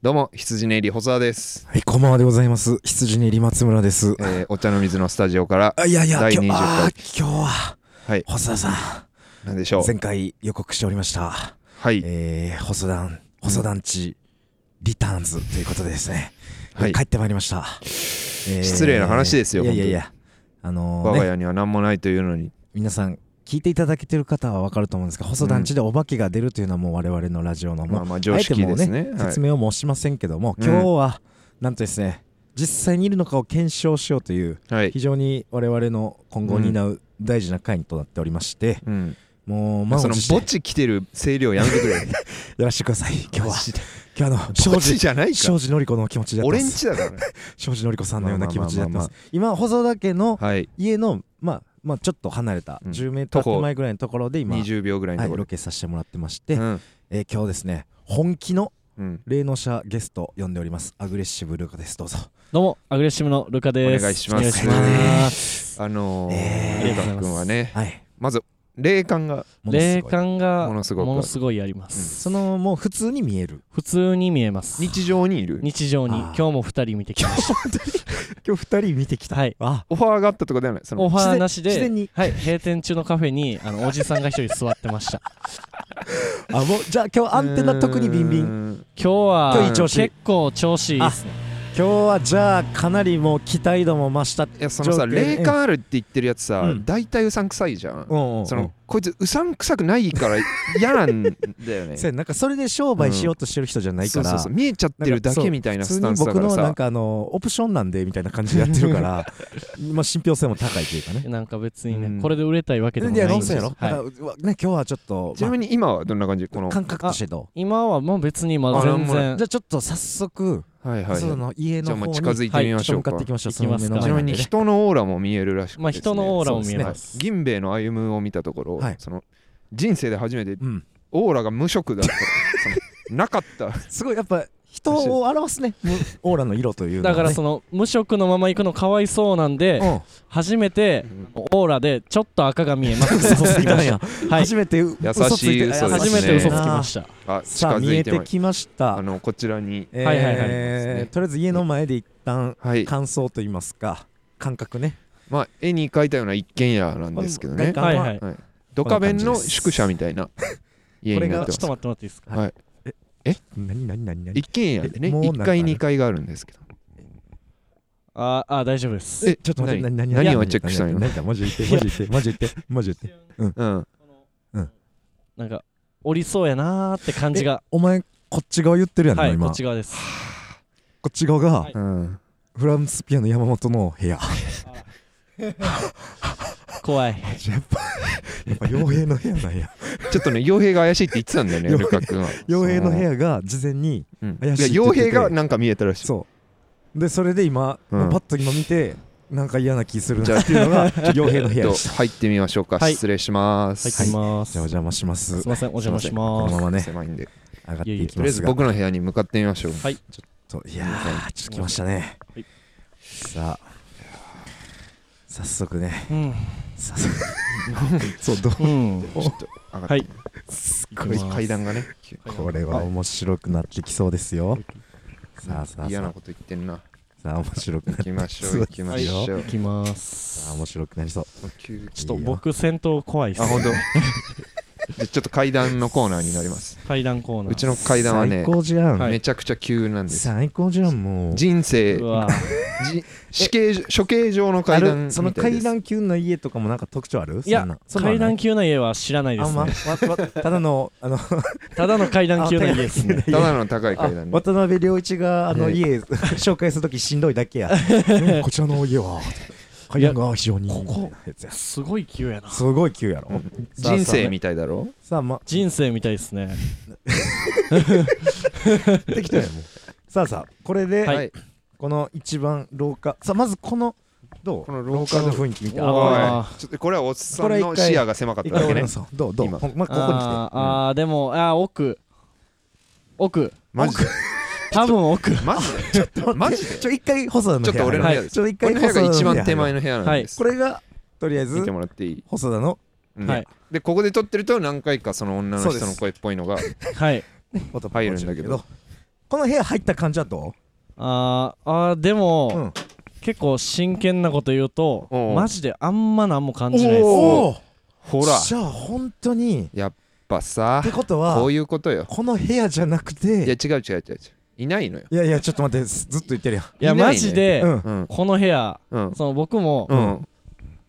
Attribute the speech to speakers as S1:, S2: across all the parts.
S1: どうも羊ねり細田です、
S2: はい、こんばんはでございます。羊ねり松村です。
S1: えーお茶の水のスタジオから
S2: あいやいや、
S1: 第
S2: 今日
S1: 20回
S2: あー今日は、
S1: はい
S2: 細田さん、
S1: 何でしょう
S2: 前回予告しておりました、
S1: はい、
S2: えー、細田ん、細田んち、リターンズということでですね、
S1: はい
S2: 帰ってまいりました。えー
S1: 失礼な話ですよ
S2: いやいやいや、あの
S1: 我
S2: ー
S1: が
S2: ね、
S1: 家には何もないというのに
S2: 皆さん、聞いていただけてる方は分かると思うんですが、細田んちでお化けが出るというのはもう我々のラジオの、
S1: まあまあ常識ですねはい
S2: 説明をもしませんけども、
S1: うん
S2: 今日は、なんとですね、実際にいるのかを検証しようという、
S1: はい
S2: 非常に我々の今後を担う大事な会となっておりまして、
S1: うん、
S2: もう満
S1: そ
S2: を
S1: の
S2: 持して
S1: 墓地来てる声量やめて くれ
S2: やらせてください今
S1: マ
S2: 日は
S1: ジで
S2: 今日はあの
S1: 墓
S2: 庄
S1: 地
S2: 司
S1: じゃないか
S2: 庄司のり子の気持ちでやって
S1: 俺
S2: ま
S1: ん
S2: す
S1: ちだからね
S2: 庄司のり子さんのような気持ちでやって
S1: まあまあまあまあ
S2: ます 今細田家の
S1: はい
S2: 家のまあまあちょっと離れた
S1: うん
S2: 10メートル
S1: 徒歩
S2: 手前ぐらいのところで今は
S1: 20秒ぐらいのと
S2: い
S1: ころ
S2: ロ
S1: で、
S2: ケさせてもらってまして
S1: うん
S2: えー今日ですね本気の
S1: うん、
S2: 霊能者ゲスト呼んでおりますアグレッシブルーカですどうぞ
S3: どうも、アグレッシブのルカで
S1: お
S3: す。
S1: 願いします
S3: お願いします
S1: あのー
S2: えー
S1: レイカ君はね
S2: はい
S1: まず霊感が
S2: ものすごい
S3: 霊感が
S1: も
S3: も
S1: の
S3: の
S1: す
S3: す
S1: ごく
S3: ごいあります。
S2: そのもう普通に見える
S3: 普通に見えます。
S1: 日常にいる
S3: 日常に、
S2: あー
S3: 今日も2人見てきま し
S2: 今日2人見てき
S3: た。はい。
S2: あ
S1: オファーがあったとかではないそ
S3: オ
S1: の
S3: ファーなし
S2: 自
S3: で
S2: 然、に
S3: はい、閉店中のカフェにあのおじさんが1人座って ました。
S2: あもうじゃあ今日アンテナ特にビンビン
S1: ン
S3: 今日
S2: 今日い
S3: はい
S2: 調子
S3: 結構調子いいですね。
S2: 今日はじゃあかなりもう期待度も増した
S1: いやそのさ
S2: 状況で
S1: 霊感あるって言ってるやつさ、
S2: うん
S1: 大体うさんくさいじゃん、
S2: ん
S1: そのこいつうさんくさくないから嫌なんだよね
S2: せやなんかそれで商売しようとしてる人じゃない
S1: そ
S2: か
S1: う
S2: ら、
S1: そうそう見えちゃってるだけみたいな
S2: 普
S1: ス
S2: 通
S1: タ
S2: に
S1: ンスだ
S2: 僕
S1: から
S2: のなん
S1: さ
S2: かあのオプションなんでみたいな感じでやってるから まあ信憑性も高いというかね。
S3: なんか別に
S1: うん
S3: ね、これで売れたいわけで
S2: い
S3: もな
S2: や
S3: い
S2: 本
S3: んで
S2: 当
S3: す
S2: やろ、だから
S3: はいう
S2: わね今日はちょっと、
S1: ちなみに今はどんな感じこ
S2: まあ
S1: の
S2: 感覚としてど
S3: 今はもう別にまだ
S1: あなん
S3: 全
S1: もな
S2: う
S3: 然
S2: じゃあちょっと早速、
S1: はいはい、
S2: そ
S1: は
S2: の家
S1: じゃあ
S2: の
S1: も
S2: 方
S1: う
S2: に
S1: 近づいてみましょうか
S2: はいちょっと向かっていきましょう
S3: 行きますか
S1: い、ちなみに人のオーラも見えるらしくてですね、
S3: まあ人のオーラも見え
S2: そう
S3: ま。
S2: です
S1: 銀兵衛の歩むを見たところ、
S2: はい
S1: その人生で初めて
S2: うん、
S1: オーラが無色だったそのなか った
S2: すごいやっぱ人を表すねむオーラの色というのは
S3: だ
S2: ね
S3: からその無職のまま行くのかわいそうなんで、
S2: うん
S3: 初めてオーラでちょっと赤が見えます
S2: 嘘つきました。
S3: はい
S2: 初めてう
S1: 優しい
S2: 嘘ついて
S1: 嘘ですね
S3: 初めて嘘つきました
S1: あ近
S2: さあ見
S1: づい
S2: え
S1: て
S2: て
S1: まい
S2: きました
S1: あ。のこちらに
S2: えー
S3: はいはいはい
S2: とりあえず家の前で一旦
S1: はい
S2: 感想と言いますか感覚ね。
S1: まあ絵に描いたような一軒家なんですけどね
S2: この外観
S3: はいはい
S1: ドカベンの宿舎みたいな家になってま
S3: ちょっ
S1: す
S3: と待ってもらっていいですか
S1: はい
S2: 何何何何。
S1: 一軒家でね
S2: えもうなん
S1: 1
S2: か
S1: 階2階があるんですけど
S3: あーあー大丈夫です
S1: え
S2: ちょっと待って
S1: 何
S2: 何
S1: 何をチェックしたんや
S2: の？何だマジで言ってマジで言ってマジで言ってマジで言って。
S1: うん
S3: なんか降りそうやなーって感じが
S2: お前こっち側言ってるやん
S3: は
S2: ない
S3: こ
S2: 今。
S3: っ
S2: こ
S3: ち側です
S2: っち側が
S3: はい
S1: うん
S2: フランスピアの山本の部屋。
S3: 怖い
S2: やっぱやっぱ傭兵の部屋なん や。
S1: ちょっとね傭兵が怪しいって言ってたんだ よね
S2: 傭兵
S1: ルカ君は
S2: 傭兵の部屋が事前に
S1: うんいや
S2: 怪しいって言っ
S1: 傭
S2: て
S1: 兵
S2: て
S1: がなんか見えたらしい
S2: そうでそれで今、
S1: うん
S2: パッと今見てなんか嫌な気する
S1: じゃ
S2: な
S1: あ
S2: っていうの が傭兵の部
S1: ち
S2: 屋
S1: ょ
S2: で
S1: っ
S2: し
S1: と
S2: た
S1: 入ってみましょうか
S3: はい
S1: 失礼します
S3: 入ってきま
S2: じ
S3: す
S2: ゃあお
S3: す
S2: 邪魔します
S3: いませんお邪魔し
S2: こ
S3: ま
S2: の
S3: す
S2: ままね
S1: 狭いんで
S2: 上がっていき
S1: と
S2: ま
S1: りあえ
S2: す
S1: ず
S2: が
S1: 僕の部屋に向かってみましょう
S2: といやーちょっと来ましたね、
S3: はい
S2: さあ早速ね
S3: うん
S2: 早速 そうどう
S3: うん
S1: ちょっと上がって
S3: はい
S2: す
S3: ご
S2: ごい
S3: い
S1: 階段がね
S2: これは面白くなってきそうですよさあさあ
S1: 嫌な
S2: さ
S1: こと言ってんな
S2: あさあ面白くなっ
S1: 行きましょう行きましょう
S3: 行きま
S2: さあ
S3: す
S2: 面白くなりそう
S1: 急
S3: ちょっと僕戦闘怖いっす
S1: あ 本当。じゃあちょっと階段のコーナーになります
S3: 階段コーナー
S1: うちの階段はね
S2: 最高じゃん、
S3: はい
S1: めちゃくちゃ急なんです
S2: 最高じゃんもう
S1: 人生
S3: うわー
S1: じ死刑処刑場の階
S2: あ
S1: 段
S2: るその
S1: みたいで
S2: 階
S1: す
S2: 段級の家とかもなんか特徴ある
S3: いや
S2: そんなそんなの
S3: 階段級の家は知らないで
S2: あ
S3: す
S2: ん
S3: ね
S2: まわわただ のあの
S3: ただの階段級の家ですね
S1: ただの高い階
S2: あ
S1: 段ね
S2: 渡辺良一があの
S1: ね
S2: 家紹介するときしんどい だけやうんこちらの家は階段が非常に
S3: いやここ
S2: みたいなやつや
S3: すごい急やな
S2: すごい急やろ
S1: うん
S2: さあ
S1: 人生みたいだろ
S2: さあま
S3: 人生みたいですね
S2: 適当やもうさあさあこれ
S3: は
S2: で
S3: い
S2: この一番廊下さあまずこのどう
S1: この廊
S2: 廊
S1: 下
S2: 下
S1: の
S2: の雰囲気見て
S3: あ
S2: あ
S1: お
S3: ー
S1: いちょっとこれはおっさ
S2: こ
S1: ん
S2: れ
S1: の
S2: 一回
S1: 視野が狭かった
S2: 一
S1: だ
S2: 回
S1: け
S2: 俺
S1: ね
S2: のそうどうどう
S1: 今
S2: ほんまここに来
S3: あーあーでもあー奥奥
S1: マジで
S3: 多分奥
S1: マジでちょっと
S2: て
S1: マジで
S2: ちょ一回細
S1: ちょ
S2: 田の部屋
S1: っと俺の部屋です
S2: ちょっと一
S1: こ
S2: 回
S1: の部屋
S2: 細田
S1: が
S2: の
S1: 一番手
S2: 入ろう
S1: 前の部屋なんです
S2: これがとりあえ
S1: 見
S2: ず
S1: てもらっていい
S2: 細田の
S1: うん
S3: はい
S1: でここで撮ってると何回かその女の人の声っぽいのが
S3: はい
S2: 音
S1: 入るんだけど
S2: ポチこの部屋入った感じだと
S3: あーあーでも、
S2: うん
S3: 結構真剣なこと言うと
S1: おう
S3: マジであんま何も感じないです
S1: おう
S2: おー
S1: ほらやっ
S2: じゃあ本当に
S1: ぱさ
S2: ってこと
S1: こ
S2: は
S1: ういうことよ
S2: この部屋じゃなく
S1: いや
S2: て
S1: 違う違う違う違ういないのよ
S2: いやいやちょっと待ってすずっと言ってるやん
S3: いや
S1: いないね
S3: マジで、
S2: うん
S1: うん
S3: この部屋
S1: うん
S3: その僕も、
S1: うん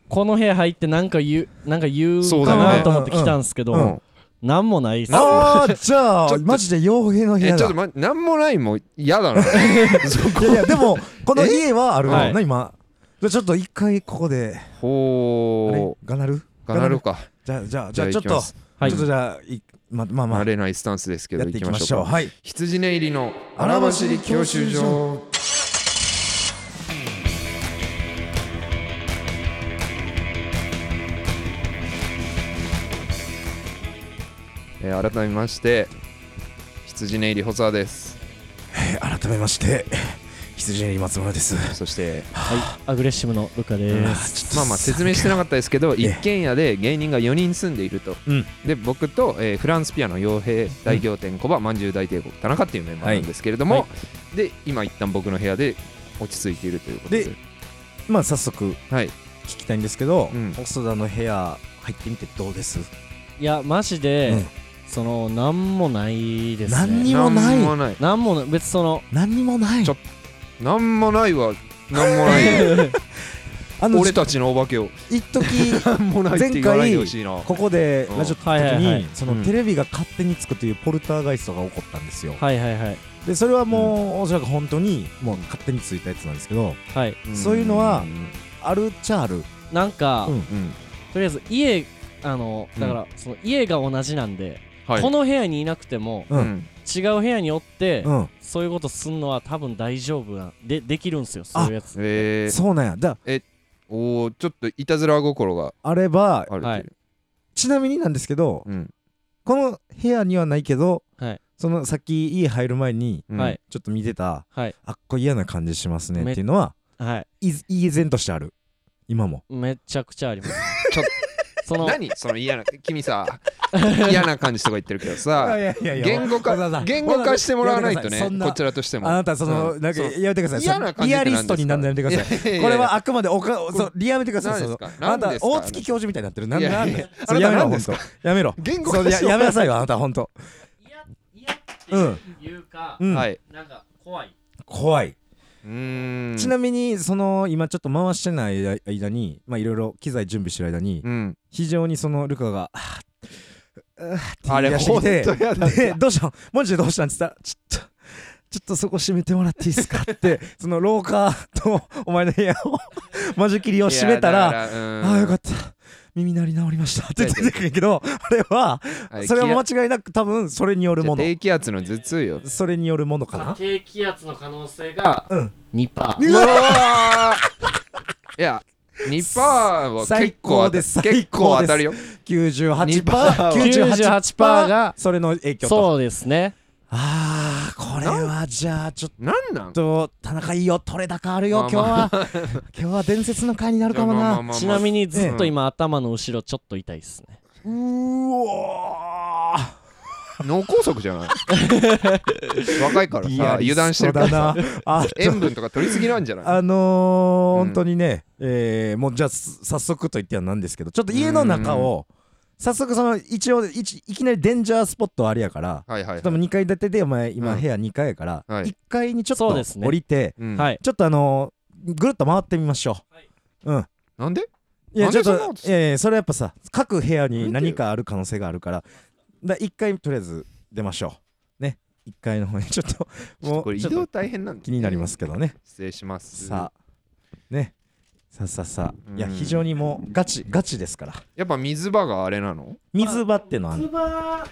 S3: この部屋入ってなんか言うなんか言
S1: そうう
S3: か
S1: だね
S3: なと思って来たんですけど、
S2: う
S1: うんん
S3: なんもないっす
S2: ああじゃ
S1: ちょ
S2: あ
S1: っと
S2: マジで傭兵の部
S1: え
S2: 屋
S1: ちょ
S2: だ
S1: っと待ってなんもないもん嫌 だなそ
S2: い
S1: こ
S2: やいやでもこの家はある
S3: は
S2: の
S3: い
S2: な今じゃあちょっと一回ここであれ
S1: ほ
S2: がなる
S1: うがなるか
S2: じゃあじゃあじゃあ
S1: じ
S2: ち
S1: ゃ
S2: ょ
S1: あ
S2: っ
S1: 行きます
S2: とちょ
S3: はい
S2: っとじゃあいままあまあ
S1: 慣れないスタンスですけど
S2: やっ
S1: 行
S2: てい
S1: き
S2: き
S1: ま
S2: ま
S1: し
S2: しょ
S1: ょ
S2: う
S1: うか
S2: はい
S1: 羊寝入りの
S2: 荒
S1: 荒
S2: 走
S1: 走
S2: り
S1: り
S2: 教
S1: 教
S2: 習
S1: 習
S2: 所
S1: 所えー改めまして羊寝入り細田です
S2: えー改めまして羊の松村です
S1: そして
S3: アグレッシブのルカで
S2: うん
S3: す、
S1: まあまあ説明してなかったですけど
S2: ええ
S1: 一軒家で芸人が4人住んでいると、
S2: うん
S1: で僕と、えーフランスピアノ傭兵大行天小馬まんじゅう大帝国田中っていうメンバーなんですけれども、
S2: はいは
S1: で今一旦僕の部屋で落ち着いているということで
S2: でまあ早速
S1: はい、
S2: 聞きたいんですけど
S1: うん
S2: 細田の部屋入ってみてどうです
S3: いやマジで、
S2: うん
S3: そのなんもないですね
S2: 何にもない
S1: んもない
S3: なんもない別にその
S2: 何にもない
S1: ちょなんもないわなんもない
S2: あの
S1: 俺たちのお化けを
S2: 一 時
S1: なんもないって言わないでほしいな
S2: ここでラジオ撮った時
S3: はいはいはい
S2: にそのテレビが勝手につくというポルターガイストが起こったんですよ
S3: はいはいはい
S2: でそれはもうおそらく本当にもう勝手についたやつなんですけど
S3: はい
S1: ん
S2: そういうのはあるっちゃある
S3: なんか、
S2: うん
S1: うん
S3: とりあえず家あの
S1: うん
S3: だから、その家が同じなんで、
S1: はい
S3: この部屋にいなくても
S2: うん
S3: 違う部屋におって、
S2: うん
S3: そういうことすんのは多分大丈夫なでできるんすよそういうやつ
S1: えー、
S2: そうなんやだ
S1: おおちょっといたずら心が
S2: あれば
S1: あるという、
S3: はい
S2: ちなみになんですけど
S1: うん
S2: この部屋にはないけど
S3: はい
S2: そのさっき家入る前に
S1: うん
S3: はい
S2: ちょっと見てた
S3: はい
S2: あっこ嫌な感じしますねっていうのは
S3: はい
S2: い依然としてある今も
S3: めちゃくちゃ あります
S1: ちょっ
S3: その
S1: 何その嫌な君さ嫌な感じとか言ってるけどさ
S2: いやいや
S1: 言語化
S2: わざわざ
S1: 言語化してもらわないと
S2: やめてくださ
S1: ね
S2: そんな
S1: こちらとして
S2: あ
S1: も
S2: なたその、
S1: うん
S2: なんか
S1: そう
S2: やめてください
S1: 嫌な
S2: その
S1: 感じ
S2: リ
S1: っ
S2: ア
S1: て
S2: リ
S1: なんで
S2: ス
S1: すか
S2: トになんのやめてください
S1: いやいやいや
S2: これはあくまでおかそうリアめてください
S1: 何
S2: そ
S1: です
S2: う
S1: か
S2: あな
S1: 何
S2: た
S1: ですか
S2: 大月教授みたいになってるなん
S1: いやいや
S2: なん
S1: いや
S2: それ
S1: あなた
S2: やめ
S1: 何
S2: ろ本
S1: です
S2: 当
S1: か
S2: やめろ
S1: 言語
S2: そ
S1: 化
S2: れや
S1: しよ
S2: やめなさいよあなた本当
S3: 嫌嫌って
S2: うん
S3: いうか
S2: う
S1: うんはい
S3: なんか怖い
S2: 怖い、
S1: うーん
S2: ちなみにその今ちょっと回してない間間にまあいろいろ機材準備してる間に、
S1: うん
S2: 非常にそのルカがあ
S1: あれ
S2: ーあーって言い出して
S1: 本
S2: き
S1: 当
S2: て
S1: やだ
S2: でどうしたの文字でどうしたんって言ったらちょっとちょっとそこ閉めてもらっていいですかってその廊下とお前の部屋 を間仕切りを閉めたら
S1: いやだからうん
S2: ああよかった耳鳴り治りましたって言ってくるけどあれは
S1: あれ
S2: それは
S1: 気圧
S2: 間違いなく多分それによるもの
S1: 低気圧の頭痛よ
S2: それによるものかな
S3: 低気圧の可能性が
S2: うん
S3: 2%パ
S1: うわーいや2%は結構当た
S2: 最高です
S1: 結構当たるよ
S2: 98%98%
S3: 98%が
S2: それの影響と
S3: そうですね
S2: ああこれはじゃあちょっ
S1: なんなん
S2: と田中いいよ取れ高あるよ今日は今日は伝説の回になるか
S1: ま
S2: も
S1: あまあ
S2: な
S1: まあまあ
S3: ちなみにずっと今頭の後ろちょっと痛いっすね
S2: うーわー
S1: 脳梗塞じゃない 若いから
S2: リ
S1: さ
S2: アリ
S1: 油断
S2: スト
S1: してるから
S2: だなあ
S1: 塩分とか取りすぎなんじゃない
S2: あのー
S1: うん
S2: 本当にね、えーもうじゃあす早速と言ってはなんですけどちょっと家の中を早速その一応いちいきなりデンジャースポットはあれやから、
S1: はいはい
S2: ちょ
S1: は
S2: っと
S1: い
S2: もう2階建てでお前今
S1: うん
S2: 部屋2階やから、
S1: はい
S2: 1階にちょっ
S3: そう
S2: と
S3: ですね
S2: 降りて、
S1: うん
S3: はい
S2: ちょっとあのーぐるっと回ってみましょう。
S1: なんで
S2: いやちょっと
S1: なんでそんなことする
S2: いやいやそれはやっぱさ各部屋に何かある可能性があるからだ1階とりあえず出ましょうね1階の方に ちょっと
S1: ちょっ
S2: も
S1: とこ
S2: う
S1: れ移
S2: ちょっ
S1: 動
S2: と
S1: 大変なんで
S2: 気になりますけどね
S1: 失礼します
S2: さあねさあさあさあいや
S1: うん
S2: 非常にもうガチガチですから
S1: やっぱ水場があれなの
S2: 水場ってのはあん
S3: 水場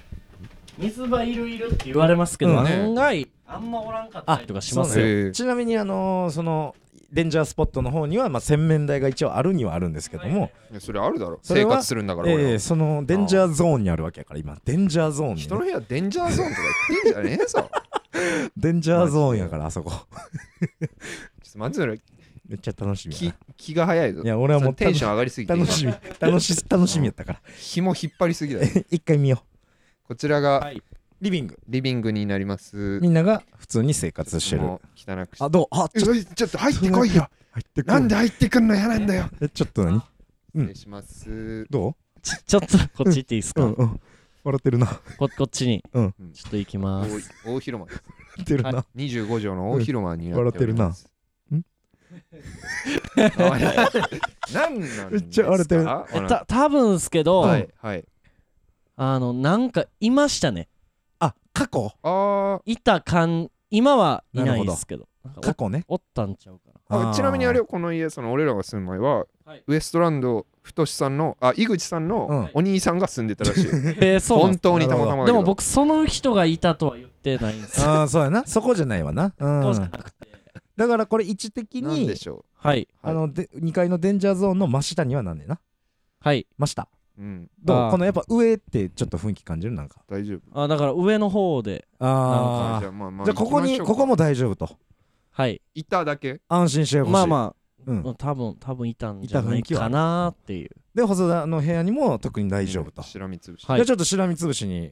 S3: 水場いるいるって言われますけど、
S2: うん
S1: ね
S3: 案外あんまおらんかったりとかします
S2: そうな
S3: よ
S2: ん
S1: へ
S2: や
S1: え
S2: ちなみにあのーそのデンジャースポットの方にはまあ洗面台が一応あるにはあるんですけども
S1: いやそれあるだろ
S2: それ
S1: 生
S2: は
S1: 活するんだから
S2: え
S1: 俺
S2: え
S1: は
S2: そのデンジャーゾーンにあるわけやから今デンジャーゾーンに
S1: 人の
S2: ね
S1: 部屋デンジャーゾーンとか言ってんじゃねえぞ
S2: デンジャーゾーンやからあそこ
S1: ちょっと松村
S2: めっちゃ楽しみや
S1: 気
S2: な
S1: 気が早いぞ
S2: いや俺はもう
S1: テンション上がりすぎて
S2: 楽しみ楽し楽しみやったから
S1: 紐引っ張りすぎだよ
S2: 一回見よ
S1: こちらが
S3: はい
S2: リビング
S1: リビングになります
S2: みんなが普通に生活してる
S1: もう汚くし
S2: あどうあちょっと
S4: おいちょっと入ってこいよ
S2: 入ってくる
S4: なんで入ってくんの嫌なんだよ
S2: えちょっと何
S1: 失礼します
S2: ど
S3: ち ちょっとこっち行っていいです
S2: う
S3: か、
S2: うんうん笑ってるな
S3: ここっちに、
S2: うん
S3: ちょっと行きます
S1: 大大広間です
S2: 笑ってるな、
S3: は
S1: 25畳の大広間になっております
S2: うん
S1: 笑ってるな何なん
S2: めっちゃ笑って
S1: で
S2: る
S1: すか
S3: えた多分ですけど、
S1: はいはい
S3: あのなんかいましたね
S2: あ過去
S1: あー
S3: いた感今はいないですけどなんか
S2: 過去ね
S3: おおったんちゃうかな
S1: あ
S2: ー
S1: ちなみにあれこの家その俺らが住む前は、
S3: はい
S1: ウエストランド太さんのあ井口さん
S2: うん
S1: のお兄さんが住んでたらし い、
S3: えーそうなん
S1: 本
S3: です
S1: 当にたまたまだけ
S3: で
S1: ど
S3: も僕その人がいたとは言ってないんです
S2: ああそうやなそこじゃないわな、う、
S3: そうじゃなんくて
S2: だからこれ位置的
S1: なんで
S2: に
S1: しょ
S3: はい
S1: はい
S2: あので2階のデンジャーゾーンの真下にはなんねんな
S3: はい
S2: 真下
S1: う、うん、
S2: ど
S3: あ
S2: う
S3: ー
S2: このやっぱ上ってちょっと雰囲気感じるなんか
S1: 大丈夫
S3: あだから上の方で
S2: あ
S1: じゃあ
S2: あ
S1: まあまあ
S2: じゃあここ
S1: 行
S2: に
S1: きましょ
S2: こ
S1: うか
S2: こも大丈夫と
S3: はい
S1: 板だけ
S2: 安心してほしい
S3: まあま
S2: う
S3: あ
S2: ん、
S3: 多分多分いたんじゃ
S2: いた
S3: な
S2: 雰囲
S3: い
S2: 気はあ
S3: か
S2: る
S3: なっていう
S2: で細田の部屋にも特に大丈夫と、
S1: しらみつぶし、
S3: はい
S2: じゃあちょっとしらみつぶしに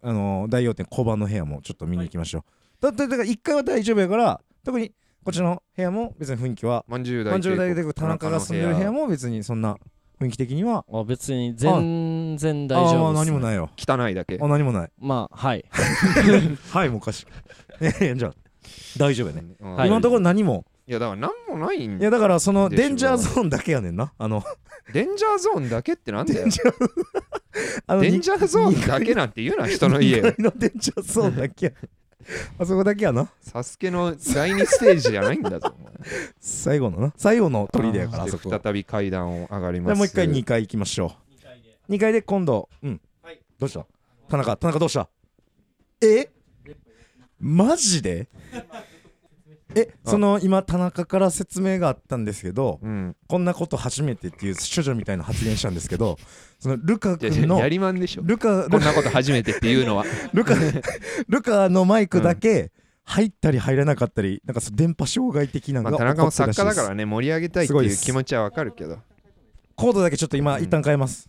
S2: あのー大洋店小判の部屋もちょっと見に行きましょう、だってだから1階は大丈夫やから特にこっちの部屋も別に雰囲気は
S1: まんじゅう
S2: ま
S1: 大
S2: んじゅう大帝国田中が住んでる部屋
S1: も
S2: も別にそんな雰囲気的には
S3: あ別に全然大丈
S2: あー
S3: 夫
S2: ま
S3: で
S2: あ何
S3: す、ね、
S2: もないよ
S1: 汚いだけ
S2: あ何もない
S3: まあはい
S2: はいもうおかしいえじゃあ大丈夫やね、
S1: うん
S3: はい
S2: 今のところ何も
S1: いやだから何もないん
S2: いやだからその
S1: でしょ
S2: デンジャーゾーンだけやねんなあの
S1: デンジャーゾーンだけってなんだよ
S2: あの
S1: デンジャーゾーンだけなんて言うな人の家
S2: 2階のデンジャーゾーンだけやあそこだけやな
S1: サスケの第2ステージじゃないんだぞお前
S2: 最後のな最後の砦やからあ
S1: そ
S2: そ
S1: して
S2: こ
S1: 再び階段を上がり
S2: じゃ
S1: ま
S2: あ
S1: す
S2: もう一回2階行きましょう2階で今度うん、どうした田中田中どうしたえマジでえ
S1: あ
S2: その今田中から説明があったんですけど
S1: うん
S2: こんなこと初めてっていう処女みたいな発言したんですけどそのルカ
S1: じゃあじ
S2: 君
S1: ゃあ
S2: の
S1: やりまんでしょ
S2: ルカ
S1: こ
S2: ル
S1: んなこと初めてっていう のは
S2: ルカ ルカのマイクだけ入ったり入らなかったりなんかその電波障害的な
S1: ま
S2: の
S1: あ田
S2: が起
S1: 中
S2: こ
S1: も
S2: って
S1: 作
S2: るしい
S1: 家
S2: で
S1: だ
S2: す
S1: からね盛り上げたいって
S2: すごい
S1: い
S2: で
S1: う
S2: す
S1: 気持ちはわかるけど
S2: コードだけちょっと今
S1: うん
S2: 一旦変えます、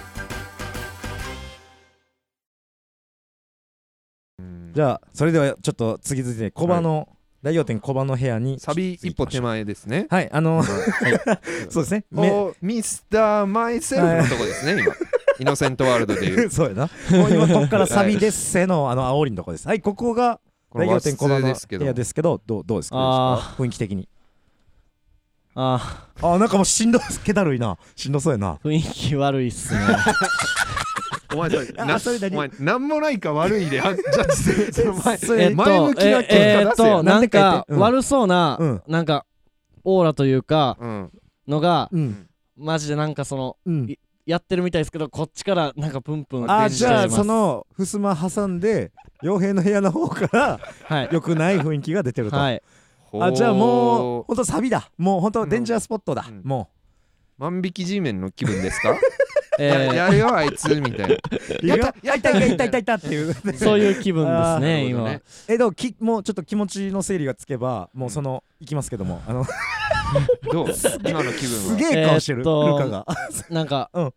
S1: うん
S2: じゃあそれではちょっと次々で小場の、大洋店小場の部屋に
S1: サビ一歩手前ですね
S2: はいあの そうですねめ
S1: おミスターマイセルフのとこですね今イノセントワールドでいう
S2: そうやなもう今こっからサビですせのあの煽りのとこですはいここが
S1: こ
S2: 大
S1: の
S2: 洋
S1: 和
S2: 店
S1: 室
S2: 小場の
S1: ですけ
S2: 部
S1: ど
S2: 屋ですけどどうどうですか
S3: あ
S2: 雰囲気的に
S3: あ
S2: あーなんかもうしんどい気だるいなしんどそうやな
S3: ー雰囲気悪いっすね
S1: お前それ
S2: あ
S1: な
S2: それ何
S1: お前何もないか悪いであジャッジするその前
S2: それ
S1: 前向きな結果出せよ
S3: ええーっと
S2: な
S3: なんん
S2: て書いて
S3: か
S2: うん
S3: 悪そうな、
S2: うん
S3: なんかオーラというか
S1: うん
S3: のが
S2: うん
S3: マジでなんかその
S2: うん
S3: やってるみたいですけどこっちからなんかプンプン
S2: あー
S3: し
S2: じ
S3: ち
S2: ゃ
S3: い
S2: あ
S3: ます
S2: その襖挟んで傭兵の部屋の方から
S3: はい
S2: 良くない雰囲気が出てると、
S3: はい
S2: あじゃあもう
S1: ほ
S2: ほんとサビだもうほんとデンジャースポットだ、
S1: うん
S2: も
S1: う万引き G メンの気分ですかや
S3: え
S1: やるよあいつみたいな
S2: うやったやったやったやったやったって いう
S3: ー、そういう気分です
S1: なる
S3: ね
S1: ほ
S3: 今
S1: ど
S3: は
S1: ね
S2: えどうきもうちょっと気持ちの整理がつけばもうそのいきますけども あの
S1: どう今の気分は
S2: すげえ顔してる、
S3: えーっ
S2: ル
S3: と
S2: カが
S3: なんか、
S2: うん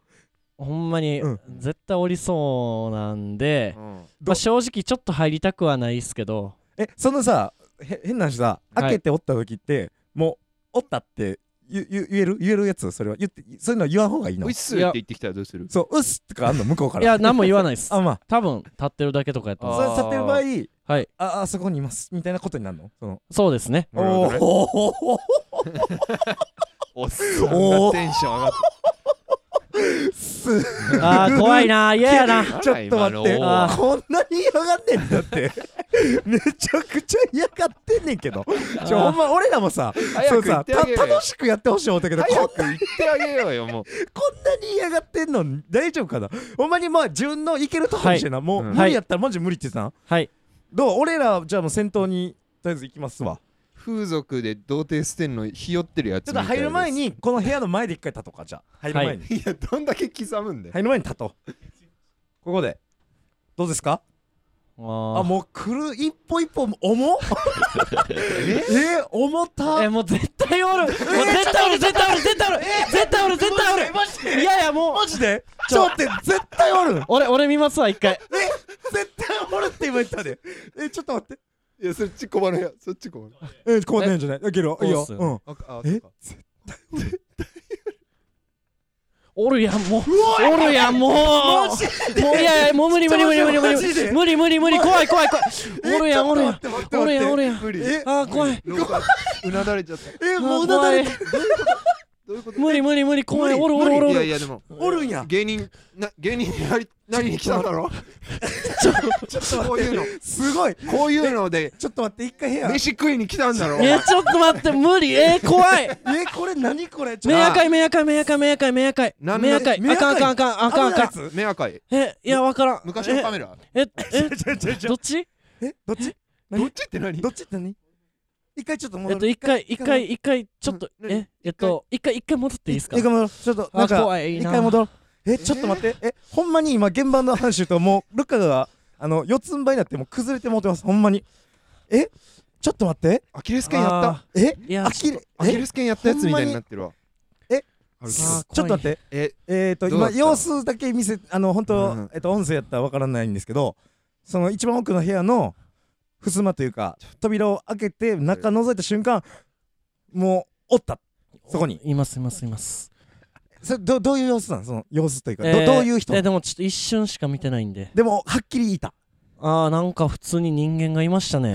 S3: ほんまに、
S2: うん
S3: 絶対おりそうなんで
S1: う、ん
S2: ど
S3: まあ、正直ちょっと入りたくはないっすけど
S2: えそのさへ変な話さ
S3: い
S2: 開けておった時って、もうおったってゆゆ言える言えるやつそれは言ってそういうの言わん方がいいの
S1: うっすって言ってきたらどうする
S2: そううっすとかあんの向こうか
S3: い
S2: ら
S3: や何も言わないっす
S2: あま
S3: 多分立ってるだけとかやったん
S2: あ
S3: で
S2: それ立ってる場合
S3: すはい
S2: ああそこにいますみたいなことになるのその
S3: そうですね
S1: なるほどね
S2: おー
S1: おっさんがテンション上がっ
S2: す
S3: あー怖いなー嫌やな
S1: て
S2: ちょっと待って
S1: あら今の
S2: こんなに嫌がんねんだってめちゃくちゃ嫌がってんねんけどちょほんま俺らもさそ
S1: 早
S2: う
S1: く行
S2: さ
S1: って
S2: た
S1: あげようよ
S2: 楽しくやってほしい思ったけどこん
S1: 早く行ってあげようよもう
S2: こんなに嫌がってんの大丈夫かなほんまにまあ自分のいけるとこにしてな、もう、
S1: うん
S2: 無理やったらマジ無理って言ってたん
S3: はい
S2: どう俺らじゃあもう先頭にとりあえず行きますわ
S1: 風俗で童貞捨てんのひよってるやつ
S2: ちょっ
S1: み
S2: と
S1: たいです
S2: 入る前にこの部屋の前で一回立とうかじゃあ入る前に、
S1: いやどんだけ刻むんだよ
S2: 入る前に立とうここでどうですかあ
S3: あ
S2: もう来る一歩一歩も重っ ええ重た
S3: えもう絶対おるもう絶対おる絶対おる絶対おる絶対おる絶対おる
S2: マジ
S3: い
S2: で
S3: やいやも
S2: マジでちょっと待って絶対おる
S3: う俺俺見ますわ一回
S2: 絶対おるって今言ったでえちょっと待って
S1: いやそっち困るやそっち困る
S2: えこうなんじゃないいけるいい
S3: こう
S2: よ
S3: っすよね
S2: うん
S1: ああ
S2: え
S1: そっか
S3: おるやんもうおるやんもう
S2: マジ
S3: もういやいやもう無理無理無理無理無理
S2: マジで
S3: 無理無理無理怖い怖い怖いおるやんおるやん
S2: ちょっと待って
S3: お
S2: 待
S3: る
S2: って
S3: やんお
S2: 待って
S3: るやん
S1: 無理
S2: え
S3: あー怖い
S1: 廊下うなだれちゃった
S2: え
S3: あ
S2: もう
S3: ー
S2: うなだ
S3: 怖
S2: れ
S3: い
S2: て
S1: どういうこと
S3: 無理無理無理怖い
S2: 無
S3: お
S2: 理
S3: るおるおるお
S1: いや
S3: る
S1: いやでも
S2: おるんや
S1: 芸人な芸人にな りなりに来たんだろちょっとこういうの
S2: すごい
S1: こういうので
S2: ちょっと待って一回部屋え
S1: 飯食いに来たんだろ
S3: えちょっと待って無理えー怖い
S2: これ何これち
S3: 目赤い目赤い目赤い目赤い目赤い
S1: なんで
S3: 目赤い
S2: 目
S3: あ
S2: 赤
S3: か
S2: い
S3: んあかんあかんあかんあかん
S2: 危な
S1: 目
S2: いや
S1: 赤い
S3: えいやわからん
S1: 昔のカメラ
S3: えええ
S2: つちょちょち
S3: ど
S2: ょ
S3: っち
S2: えどっち
S1: どっちって何
S2: どっちって何一回ちょっと戻
S3: えっ
S2: る
S3: と一回一回一回ちょっと
S1: うん何
S3: ええっと一回一回戻っていいですか
S2: 一回戻ろうちょっとなん
S3: あ
S2: か
S3: 怖い
S2: 一
S3: な
S2: 回戻ろうえちょっと待ってえほんまに今現場の話言うともうルカがあの四つん這いになってもう崩れてもうてますほんまにえちょっと待って
S1: アキレス腱やった
S2: たえ
S3: いや
S2: あきれ
S1: アキ
S2: え
S1: レス腱やったやつみたいになってるわ
S2: え
S1: あるけど
S3: あ
S2: ちょっと待って
S1: え
S2: えー、と
S1: どうだ
S2: 今
S1: った
S2: 様子だけ見せあの本当、
S1: うん
S2: えっと音声やったらわからないんですけどその一番奥の部屋の襖というか扉を開けて中覗いた瞬間もうおったそこに
S3: いますいますいます
S2: それどどういう様子なんその様子というか、ど
S3: えー
S2: どういう人
S3: えでもちょっと一瞬しか見てないんで
S2: でもはっきりいた
S3: あーなんか普通に人間がいまし たね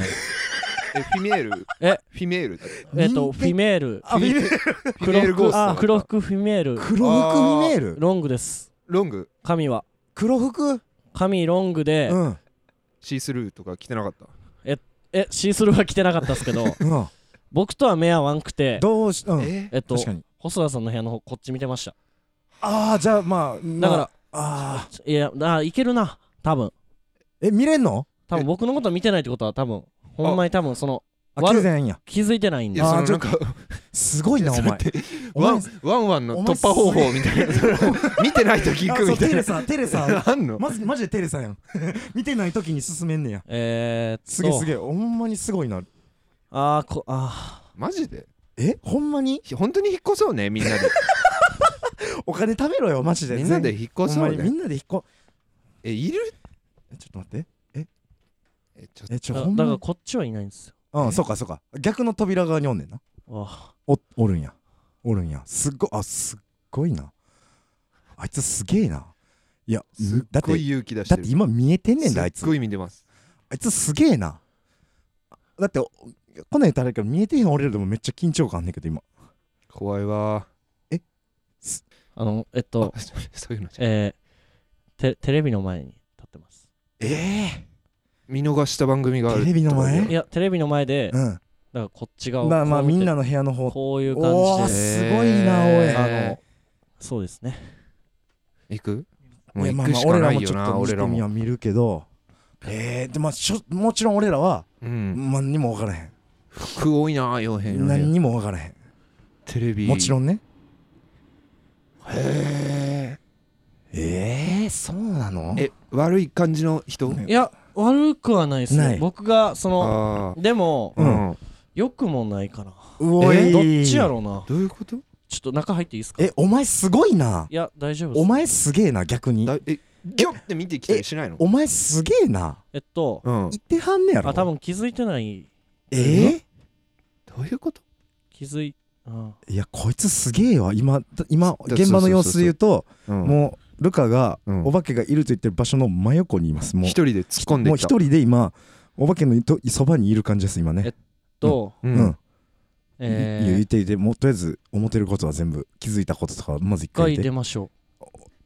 S1: えフィメール
S3: え
S1: フィメールだっ
S3: えっ
S2: 人
S3: と
S2: 間
S3: フィメール
S2: あ見る
S1: たフィ
S3: 黒
S1: メールゴーストだっ
S3: 服
S1: た
S3: 黒服フィメール
S2: 黒服見メール
S3: ロングです
S1: ロング
S3: 髪は
S2: 黒服
S3: 髪ロングで
S2: うん
S1: シースルーとか着てなかった
S3: えシースルーは着てなかったですけ ど
S2: うん
S3: 僕とは目合わんくて
S2: どうしうん
S1: え
S3: えっと
S2: 確かに
S3: 細田さんの部屋の方こっち見てました
S2: ああじゃあまあ
S3: だから
S2: ああ
S3: いやあーいけるな多分
S2: え見れんの
S3: 多分僕のことは見てないってことは多分ほんまに多分その
S2: あ気づい
S3: 悪い
S2: てないんや
S3: 気づいてないん
S1: い
S3: で
S1: やそ
S2: あ
S1: の
S2: ーち
S1: な
S2: ょ
S1: ん
S2: っと
S1: か
S2: すごいなお前お
S1: ワ
S2: 前
S1: ンワンワンの
S2: お前
S1: 突破方法みたいな見てない時行
S2: あ
S1: く
S2: そう
S1: みた
S2: テ
S1: い
S2: レ
S1: な
S2: サテレ サ
S1: なんの
S2: マジマジでテレサやん 見てない時に進めんねや
S3: えーっと
S2: すげえすげえほんまにすごいな
S3: あーこあ
S1: マジで
S2: えほんまに
S1: ひ本当に引っ越そうねみんなで
S2: お金貯めろよマジで
S1: みんなで引っ
S2: 全
S1: 越
S2: ほ
S1: そ
S2: ん
S1: う
S2: まにみ
S1: ね
S2: んなで引っ越
S1: えいる
S2: えちょっと待って
S1: えちょっと
S2: えち
S3: ー
S2: ょ
S3: だ
S2: ほん
S3: だか
S2: ま
S3: らこっちはいないんですよ
S2: うんそうかそうか逆の扉側におんねんな
S3: あ
S2: おおるんやおるんやすっごあすっごいなあいつすげえないや
S1: すっ
S2: だっ
S1: ごい
S2: て
S1: 勇気出し
S2: だ
S1: て
S2: っ
S1: る
S2: て今見えてんねんであい
S1: す
S2: つ
S1: っごい見てます
S2: あいつすげえなだっておこんなん言ったらあれやけど見えてへん俺らでもめっちゃ緊張感あんねんけど今
S1: 怖いわ
S3: あのえっ
S1: ー
S3: と
S1: あそそういうのじゃ
S3: えー、テテレビの前に立ってます
S2: え
S1: 見逃した番組がある
S2: テレビの前
S3: いやテレビの前で
S2: え
S3: だか
S2: うん
S3: らこっち側を
S2: まあまあ
S3: こう見
S2: み
S3: て
S2: んなの部屋の方
S3: こういう
S2: お
S3: 感
S2: ー
S3: じです
S2: ごいなおい
S1: あの
S3: そうですね
S1: 行くも
S2: いうや
S1: 行
S2: まあ
S1: く
S2: まあ
S1: しか
S2: 俺ら
S1: な
S2: も
S1: い
S2: ち
S1: よ
S2: ょっ
S1: な
S2: と
S1: 俺
S2: 俺
S1: ら
S2: ら
S1: も
S2: は見るけどえー、でまあしょもちろん俺らは
S1: うん
S2: 何にも分からへん
S1: 服多いな傭兵の
S2: 何
S1: ね
S2: にも分からへん
S1: テレビ
S2: もちろ
S1: ん
S2: んねへええー、そうなの
S1: え悪い感じの人
S2: ね
S3: いや悪くはないです
S2: な
S3: ね
S2: い
S3: 僕がその
S1: あ
S3: でも
S1: あう
S2: うん
S1: ん
S3: 良くもないかな
S2: うおい
S3: えどっちやろうな
S1: どういうこと
S3: ちょっと中入っていいですか
S2: えお前すごいない
S3: や大丈夫です
S2: お前すげえな逆に
S1: だえギョって見てきたりしないの
S2: お前すげえな
S3: えっと
S1: うん
S2: 言ってはんねやろ
S3: あ多分気づいてない
S2: えー、
S1: どういうこと
S3: 気づいうん
S2: いやこいつすげえわ今今
S1: だ
S2: 現場の様子で言うと
S1: も
S2: もうルカが
S1: うん
S2: お化けがいると言ってる場所の真横にいます
S1: う
S2: もう
S1: 一人で突っ込んで
S2: もう
S1: きた
S2: 一人で今お化けのいとそばにいる感じです今ね
S3: と
S1: う
S2: うんん
S3: え
S2: いいや言
S3: ー
S2: っていてもうとりあえず思ってることは全部気づいたこととかまず一
S3: 一回
S2: 回言っ
S3: 出
S2: て
S3: ましょ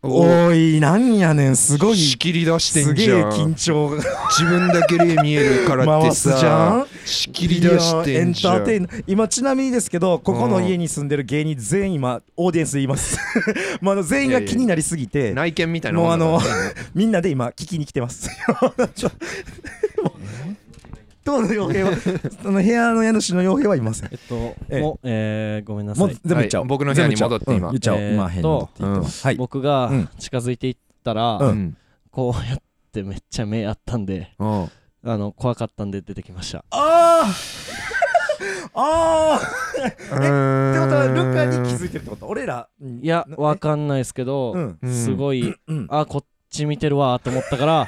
S2: おいなんやねんすごい
S1: 仕切り出して
S2: す
S1: ん
S2: げ
S1: じ
S2: え
S1: ゃ
S2: 緊
S1: ん
S2: 張が
S1: 自分だけで見えるからって
S2: 回すじゃん
S1: さ仕切り出してんじゃ
S2: いやーエンターテイ
S1: ん
S2: ン今ちなみにですけどここの家に住んでる芸人全員今オーディエンスいます もうあの全員が気になりすぎて
S1: 内見みたいな
S2: もうあの
S1: だからね
S2: みんなで今聞きに来てます ちょもう当の 傭兵はその部屋の家主の傭兵はいません
S3: えっと、
S2: ええ
S3: もう、えー、ごめんなさ
S2: もう
S3: い。
S2: 全部言っちゃおう、
S1: はい僕の部屋に戻って
S2: 全
S1: 今
S2: 部言っちゃおう、
S3: え
S2: う
S3: ー
S2: ん
S3: っと
S2: 言っちゃおう今部屋に戻って言ってます、はい
S3: 僕
S2: う
S3: が
S2: ん
S3: 近づいていったら、
S2: う
S1: うん
S3: こうやってめっちゃ目あったんで、
S1: うん
S3: あの、怖かったんで出てきました。
S2: あーあー
S1: うーん
S2: ってことはルカに気づいてるってこと俺ら
S3: いや、
S2: な
S3: わかんないですけど、
S2: うん
S3: すごい、
S2: うん
S3: あ、こっち見てるわと思っ たから、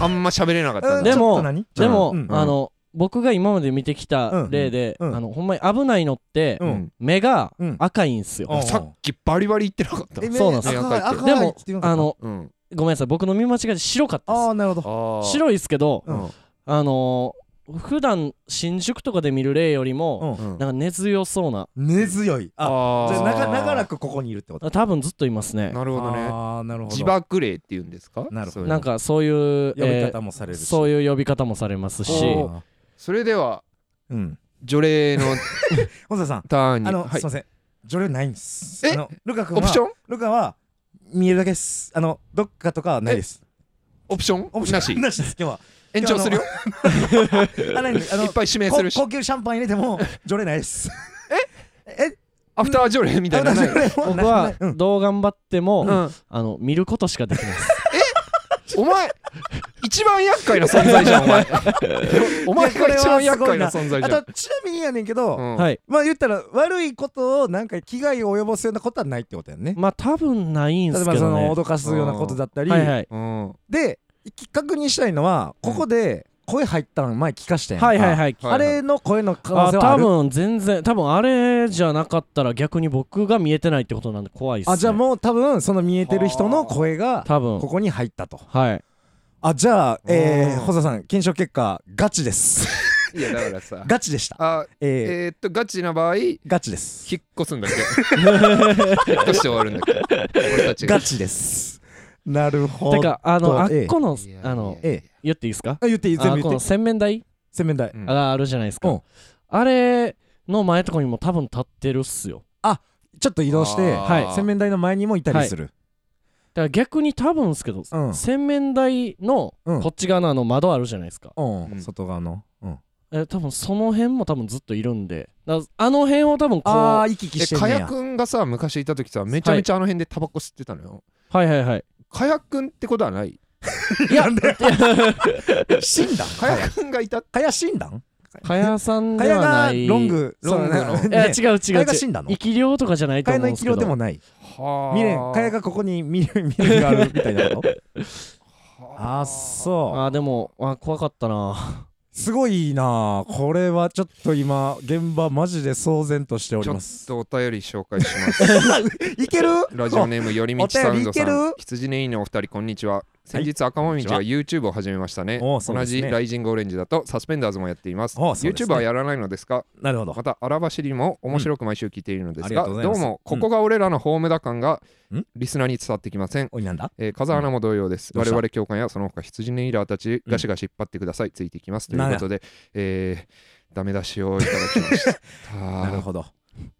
S1: あんま喋れなかったんだ
S3: でも
S2: ちょっと何
S3: でも、
S2: うん
S3: あの、僕が今まで見てきた例で、
S2: うんうん
S3: あのほんまに危ないのって、
S2: う
S1: うんん
S3: 目が
S2: うん
S3: 赤いんすよ、
S2: うん
S1: さっきバリバリ言ってなかった
S2: え
S3: そうなんです
S1: よ
S2: 赤い赤い
S3: でも
S2: って言わなか
S3: あ
S2: った
S3: の
S1: うん
S3: ごめんなさい僕の見間違いで白かった
S2: あ
S3: で
S2: あなるほ
S1: あ
S2: ど
S1: ー
S3: す白いっすけど、
S2: うん
S3: あのー、普段新宿とかで見る例よりも、
S1: うん
S3: なんか根強そうな
S2: 根強いあ
S1: あ
S2: じゃあなか長ら
S1: く
S2: くここにいるってこと
S3: 多分ずっといますね
S1: なるほどね
S2: ああなるほど
S1: 自爆霊って言うんですか
S2: なる
S1: そ
S2: ほど
S1: ういうの
S3: なんかそういう
S2: 呼び方もさ
S3: え
S2: れ
S3: ー
S2: るし
S3: そういう呼び方もされますし
S1: おーそれでは
S2: うん
S1: 除霊の
S2: 本田さん
S1: ターンに
S2: あの
S1: は
S2: す
S1: い
S2: いません除霊ないんです
S1: え
S2: あのルカ君
S1: オプショ
S2: は
S1: ン
S2: ルカは見えるだけですあのどっかとかはないです
S1: オプション
S2: オプシ
S1: なし
S2: ョンなしです今日は
S1: 延長するよ
S2: あないんであ
S1: い
S2: の
S1: っぱい指名
S2: こ
S1: するし
S2: 高級シャンパン入れても除霊ないです ええ
S1: アフター除霊みたいなのな
S2: あ
S1: い
S2: 除霊も
S3: 僕
S2: ない
S3: は
S2: うん
S3: どう頑張っても、
S1: うん
S3: あの見ることしかできないです
S1: お前一番厄介な存在じゃんお 前お前が一番厄介な存在じゃ
S2: あ
S1: ん
S2: とちなみにやねんけど、
S1: うん
S3: はい
S2: まあ言ったら悪いことをなんか危害を及ぼすようなことはないってことやんね。
S3: まあ多分ないん
S2: 例
S3: す
S2: え
S3: け
S2: ばそ
S3: どね
S2: の脅かすようなことだったり、
S3: はいはい
S1: うん
S2: で確認したいのはここで声入ったの前聞かしたやんか
S3: はいはいはい
S2: あれの声の可能
S3: あ
S2: 性はあ
S3: 多
S2: るあ
S3: 分全然多分あれじゃなかったら逆に僕が見えてないってことなんで怖いっす、ね、
S2: じゃあもう多分その見えてる人の声が
S3: 多分
S2: ここに入ったと
S3: はい
S2: あじゃあ、えー、
S1: うん
S2: 細田さん検証結果ガチです
S1: いやだからさ
S2: ガチでした
S1: あえ
S2: えー、
S1: ーっとガチな場合引っ
S2: ガチです
S1: 越すんだっけ 引っ越して終わるんだっけ俺たちが
S2: ガチですなるほど
S3: てかあのあっ
S2: ええ
S3: この
S1: いやいやいや
S3: あの
S2: え
S3: 言っていいですか
S2: あ言っていい
S3: あ
S2: 全部
S3: こ
S2: 言
S3: の
S2: って
S3: 洗面台
S2: 洗面台
S1: うん
S3: があるじゃないです
S2: う
S3: か
S2: ん
S3: あれの前とかにも多分立ってるっすよ
S2: ちょっと移動して
S1: あー
S3: はい
S2: 洗面台の前にもいたりする、
S3: だから逆に多分っすけど
S2: うん
S3: 洗面台の
S2: うん
S3: こっち側のあの窓あるじゃないですか
S2: うん
S1: うん
S2: 外側の、うん、
S3: え多分その辺も多分ずっといるんでだからあの辺を多分こう
S2: あ
S3: は
S2: あ行き来して
S1: え
S2: んね
S1: か
S2: や
S1: やくんがさ昔いた時さめちゃめちゃあの辺でタバコ吸ってたのよ
S3: いはいはい
S1: かやくんってことはない
S3: いや
S2: 診断
S1: かやくんがいた
S2: かや診断
S3: かやさん
S2: か
S3: で
S2: や
S3: は
S2: が
S3: ない
S2: ロング
S1: そう
S2: そう
S1: ロング
S3: いや違
S2: ね
S3: う違う
S2: か
S3: 違
S2: や
S3: う
S2: が死んだの
S3: 生き量とかじゃないと
S2: かや
S3: 思う
S2: の生
S3: んです
S2: き
S3: けど
S2: 量でもない
S1: はあ
S2: 未練かやがここに未練未練があるみたいなことあーそ
S3: あーでもあー怖かったな
S2: うすごいなあこれはちょっと今現場マジで騒然としてお
S1: ち
S2: り
S1: ょっ
S2: ます
S1: とお便り紹介します。
S2: いける
S1: ラジオネームよりみちサウンドさ
S2: お便りいけ
S1: ん
S2: る。
S1: 羊ねいのお二人、こんにちは。先日、赤もみじが YouTube を始めましたね。
S2: お
S1: 同
S2: うそうですね
S1: じライジングオレンジだとサスペンダーズもやっています。
S2: おうそうです
S1: YouTube
S2: ね
S1: はやらないのですか
S2: なるほど
S1: また、荒走りも面白く毎週聞いているので
S2: うんあ
S1: す
S2: りが
S1: が、
S2: とうござ
S1: ど
S2: いま
S1: う
S2: す
S1: も、ここが俺らのホームだ感が
S2: うん
S1: リスナーに伝わってきません。
S2: おいなんだ
S1: えー、風穴も同様です。
S2: どう
S1: 我
S2: した
S1: 々教官やその他羊ネイラーたち、
S2: うん
S1: ガシガシ引っ張ってください。ついていきます。とい
S2: な
S1: う
S2: る
S1: ことで、えー、ダメ出しをいただきました。
S2: なるほど